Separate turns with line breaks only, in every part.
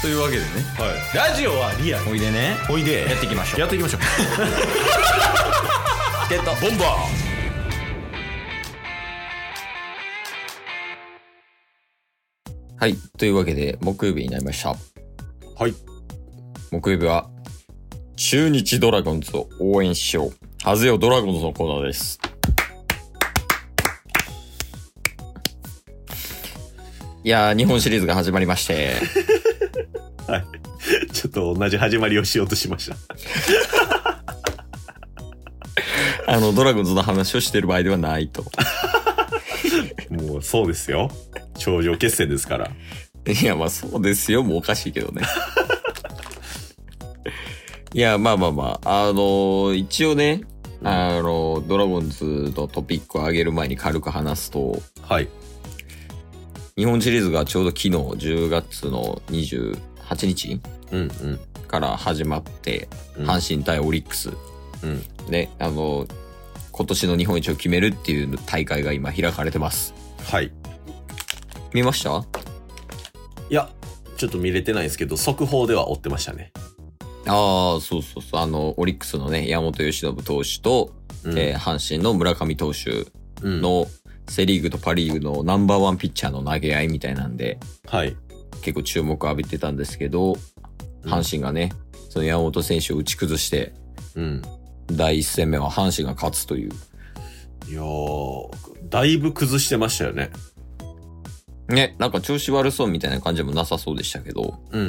というわけでね
はい、ラジオはリアル
おいでね
おいで
やっていきましょう
やっていきましょう
ゲットボンバーはい。というわけで、木曜日になりました。
はい
木曜日は、中日ドラゴンズを応援しよう。ハゼよドラゴンズのコーナーです。いやー、日本シリーズが始まりま して。
ちょっと同じ始まりをしようとしました
あの、ドラゴンズの話をしてる場合ではないと。
もうそうですよ頂上決戦ですから
いや、まあそうですよ。もうおかしいけどね。 いや、まあまあまあ。あの、一応ね、あの、ドラゴンズのトピックを上げる前に軽く話すと、
はい
日本シリーズがちょうど昨日10月の28日
うんうん
から始まって、
うん
阪神対オリックス。
うん
ね、あの、今年の日本一を決めるっていう大会が今開かれてます。
はい
見ました
いやちょっと見れてないんですけど速報では追ってましたね、
ああ、そうそうそう。あの、オリックスのね、山本由伸投手と、
うん
えー阪神の村上投手
うん
のセ・リーグとパ・リーグのナンバーワンピッチャーの投げ合いみたいなんで
はい
結構注目浴びてたんですけど
うん
阪神がねその山本選手を打ち崩して
うん
第1戦目は阪神が勝つという
いやーだいぶ崩してましたよね
ねなんか調子悪そうみたいな感じもなさそうでしたけど
うん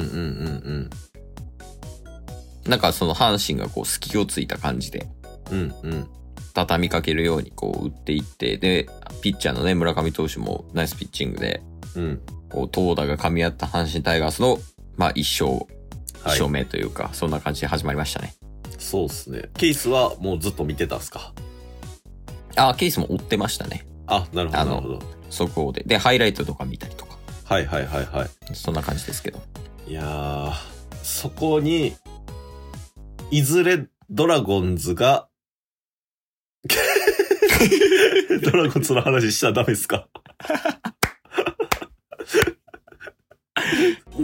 うんうん
なんかその阪神がこう隙をついた感じで
うんうんうん
畳みかけるようにこう打っていってでピッチャーのね村上投手もナイスピッチングで
うん
こう投打が噛み合った阪神タイガースのまあ1勝
はい
署名というか、そんな感じで始まりましたね。
そうっすねケースはもうずっと見てたんすか
あーケースも追ってましたね。
あなるほ
あ
ど
の
なるほど
速報で。で、ハイライトとか見たりとか。
はいはいはいはい
そんな感じですけど。
いやー、そこに、いずれドラゴンズが、 ドラゴンズの話したらダメですか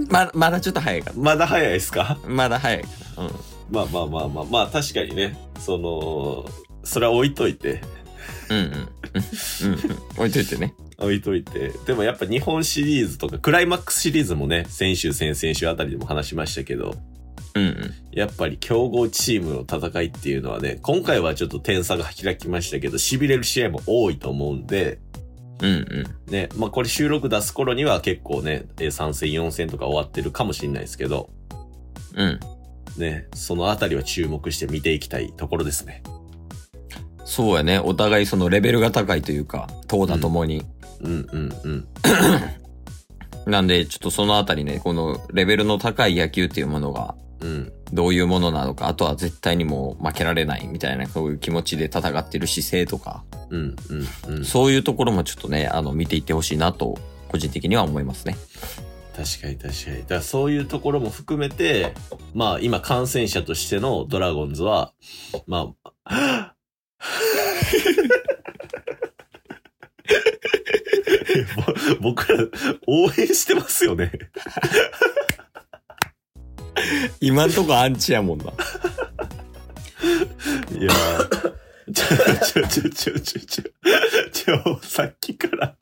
ま、まだちょっと早いか。
まだ早いですから
まだ早いかな。うん。
まあまあまあまあまあ、確かにね、その、それは置いといて、
うんうん。うんうん。置いといてね。
置いといて。でもやっぱ日本シリーズとか、クライマックスシリーズもね、先週、先々週あたりでも話しましたけど、
うんうん。
やっぱり強豪チームの戦いっていうのはね、今回はちょっと点差が開きましたけど、痺れる試合も多いと思うんで、
うんうん。
ね、まあこれ収録出す頃には結構ね、えー3戦4戦とか終わってるかもしれないですけど、
うん。
ね、そのあたりは注目して見ていきたいところですね。
そうやね。お互いそのレベルが高いというか、投打ともに。
うんうんうん。
なんで、ちょっとそのあたりね、このレベルの高い野球っていうものが、
うん。
どういうものなのか、あとは絶対にもう負けられないみたいな、そういう気持ちで戦ってる姿勢とか、
うんうんうん。
そういうところもちょっとね、あの、見ていってほしいなと、個人的には思いますね。
確かに確かに。だからそういうところも含めて、まあ今感染者としてのドラゴンズは、まあ、 ぼ僕ら応援してますよね。
今んとこアンチやもんな。
いやーちょ、ちょ、ちょ、ちょ、ちょ、ちょ、さっきから、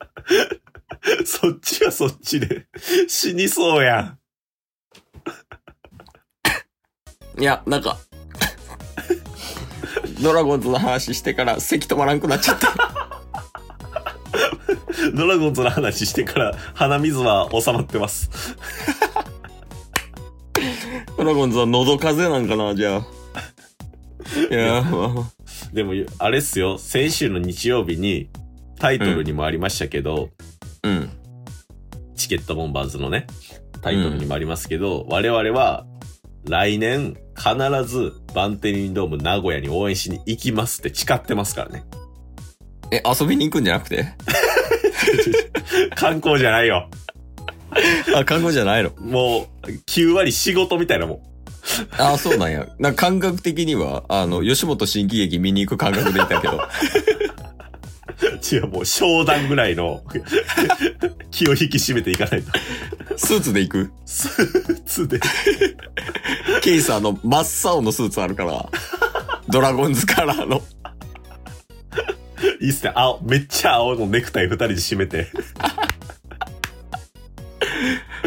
そっちはそっちで、死にそうやん。
いや、なんか、ドラゴンズの話してから席止まらんくなっちゃった。
ドラゴンズの話してから、鼻水は収まってます。
ドラゴンズは喉風邪なんかな、じゃあ。いや、ま
でも、あれっすよ、先週の日曜日に、タイトルにもありましたけど、
あ、うん。
チケットボンバーズのね、タイトルにもありますけど、我々は、来年、必ず、バンテリンドーム名古屋に応援しに行きますって誓ってますからね。
え、遊びに行くんじゃなくて
観光じゃないよ。
あ、看護じゃないの。
もう、9割仕事みたいなもん。
あ、そうなんや。なんか感覚的には、あの、吉本新喜劇見に行く感覚でいたけ ど。
違う、もう商談ぐら いの気を引き締めていかないと。
スーツで行く
スーツで。
ケイさんの真っ青のスーツあるから、ドラゴンズカラーの。
いいっすね。青、めっちゃ青のネクタイ二人で締めて。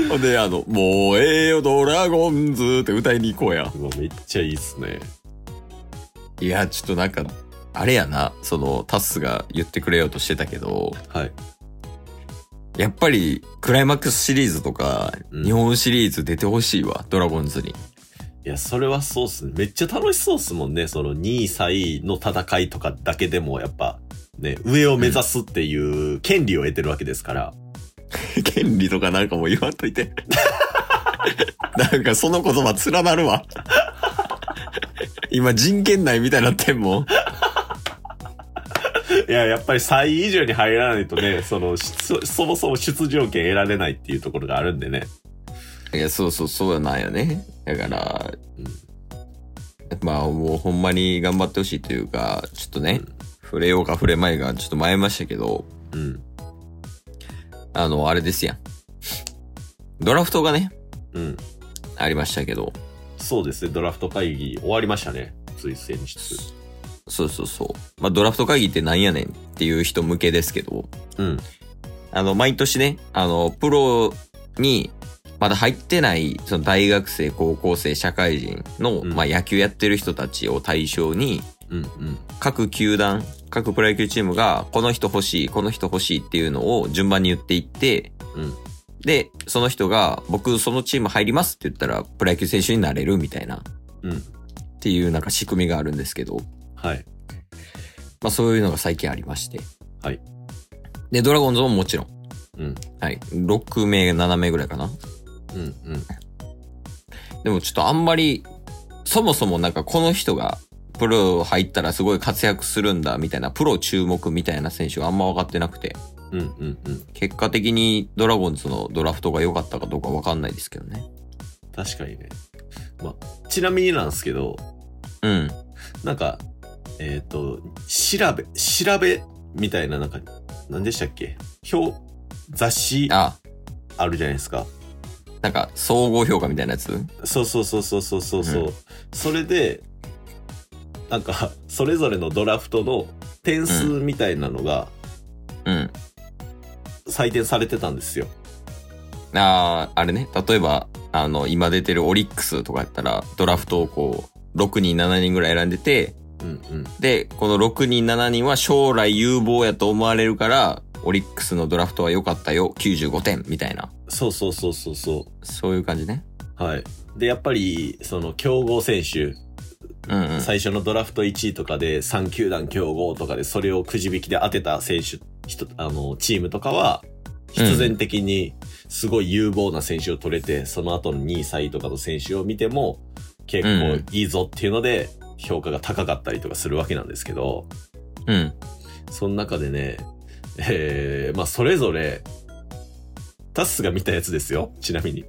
ほんで、あの、もうええよドラゴンズって歌いに行こうや。
うわめっちゃいいっすね。
いや、ちょっとなんか、あれやな、その、タスが言ってくれようとしてたけど、
はい。
やっぱり、クライマックスシリーズとか、
うん
日本シリーズ出てほしいわ、ドラゴンズ に。
いや、それはそうっすね。めっちゃ楽しそうっすもんね。その2位、3位の戦いとかだけでも、やっぱ、ね、上を目指すっていう権利を得てるわけですから。
権利とかなんかもう言わんといて。 なんかその言葉連なるわ。今人権内みたいになってんもん。
いや、やっぱり3位以上に入らないとね、その、出そもそも出場権得られないっていうところがあるんでね。
いや、そうそう、そうなんよね。だから、まあもうほんまに頑張ってほしいというか、ちょっとね、触れようか触れまいがちょっと迷いましたけど、
うん。
あの、あれですやん。ドラフトがね、
うん。
ありましたけど、
そうですね。ドラフト会議終わりましたね。つい選出。
そうそうそう。まあドラフト会議ってなんやねんっていう人向けですけど、
うん。
あの、毎年ね、あの、プロに、まだ入ってない、その大学生、高校生、社会人の、
うん
まあ野球やってる人たちを対象に、
うんうん。
各球団、各プロ野球チームが、この人欲しい、この人欲しいっていうのを順番に言っていって、
うん
で、その人が、僕、そのチーム入りますって言ったら、プロ野球選手になれるみたいな、っ
うん。
ていうなんか仕組みがあるんですけど、
はい。
まあそういうのが最近ありまして。
はい。
で、ドラゴンズももちろん。
うん。
はい。6名、7名ぐらいかな。
うんうん。
でもちょっとあんまり、そもそもなんかこの人がプロ入ったらすごい活躍するんだみたいな、プロ注目みたいな選手があんま分かってなくて、
うんうんうん。
結果的にドラゴンズのドラフトが良かったかどうか分かんないですけどね。
確かにね。まあ、ちなみになんですけど、
うん。
なんか、えっ、と、調べ、調べみたいな、なんか、何でしたっけ表、雑誌
あ、
あるじゃないですか。
なんか総合評価みたいなやつ
そうそうそうそうそうそうそう、
う
それで、なんか、それぞれのドラフトの点数みたいなのが
うん。
採点されてたんですよ。
ああ、あれね。例えば、あの、今出てるオリックスとかやったら、ドラフトをこう、6人、7人ぐらい選んでて、
うんうん。
で、この6人、7人は将来有望やと思われるから、オリックスのドラフトは良かったよ、95点、みたいな。
そうそうそうそうそ
そういう感じね。
う。はい。で、やっぱり、その、競合選手、
うんうん。
最初のドラフト1位とかで3球団競合とかでそれをくじ引きで当てた選手人あのチームとかは必然的にすごい有望な選手を取れて、その後の2位3位とかの選手を見ても結構いいぞっていうので評価が高かったりとかするわけなんですけど
うん。
その中でね、えーまあそれぞれタッスが見たやつですよちなみに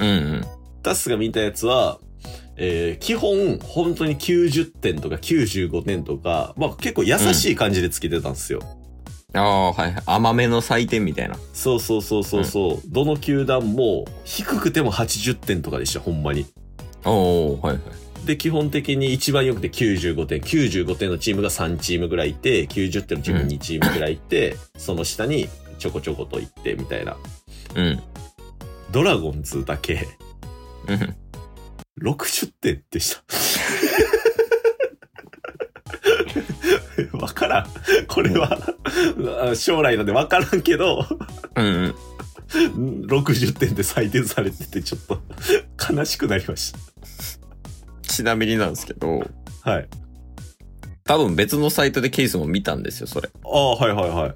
うんうん。
タスが見たやつは、えー基本、本当に90点とか95点とか、まあ結構優しい感じでつけてたんですよ。
ああ、はいはい。甘めの採点みたいな。
そうそうそうそうそう。どの球団も低くても80点とかでした、ほんまに。
おおはいはい。
で、基本的に一番よくて95点。95点のチームが3チームぐらいいて、90点のチーム2チームぐらいいて、その下にちょこちょこといって、みたいな。
うん。
ドラゴンズだけ
うん。
60点でした。わからん。これは、あ将来なんでわからんけど、
うんうん。
60点で採点されてて、ちょっと悲しくなりまし
ちなみになんですけど、
た。はい。
多分別のサイトでケースも見たんですよ、それ。
ああ、はいはいはい。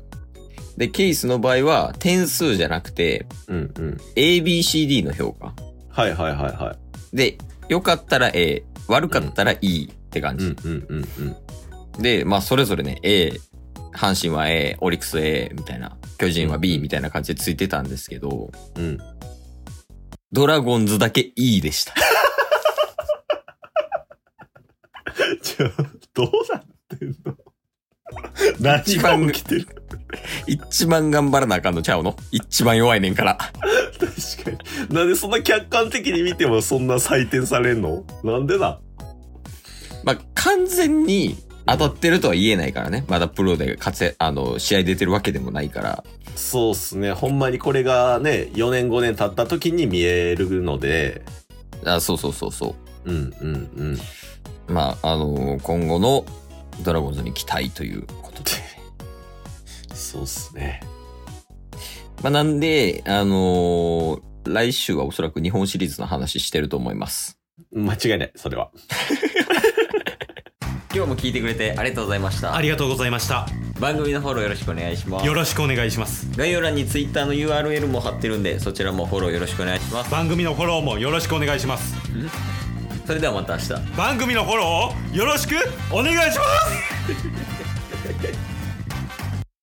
で、ケースの場合は、点数じゃなくて、
うんうん。
ABCD の評価。
はいはいはいは
で、良かったら A、悪かったら E って感
い。う
じ。
んうんうんうん。
で、まあ、それぞれね、A、阪神は A、オリックス A みたいな、巨人は B みたいな感じでついてたんですけど、
うん。
ドラゴンズだけ E でした。
ちょ、どうなってんの何が起きてる
一番頑張らなあかんのちゃうの一番弱いねんから。
確かに。なんでそんな客観的に見てもそんな採点されんのなんでだ
まあ、完全に当たってるとは言えないからね。まだプロで活躍、あの、試合出てるわけでもないから。
そうっすね。ほんまにこれがね、4年5年経った時に見えるので、
あそうそうそうそ
うんうんうん。
う。まあ、あの、今後のドラゴンズに期待ということで。
そうっすね。
まあ、なんで、あのー来週はおそらく日本シリーズの話してると思います。
間違いない、それは。
今日も聞いてくれてありがとうございました
あ。りがとうございました
番組のフォローよろしくお願いします
よ。ろしくお願いします
概要欄に Twitter の URL も貼ってるんで、そちらもフォローよろしくお願いします。
番組のフォローもよろしくお願いします
それではまた明日。
番組のフォローをよろしくお願いします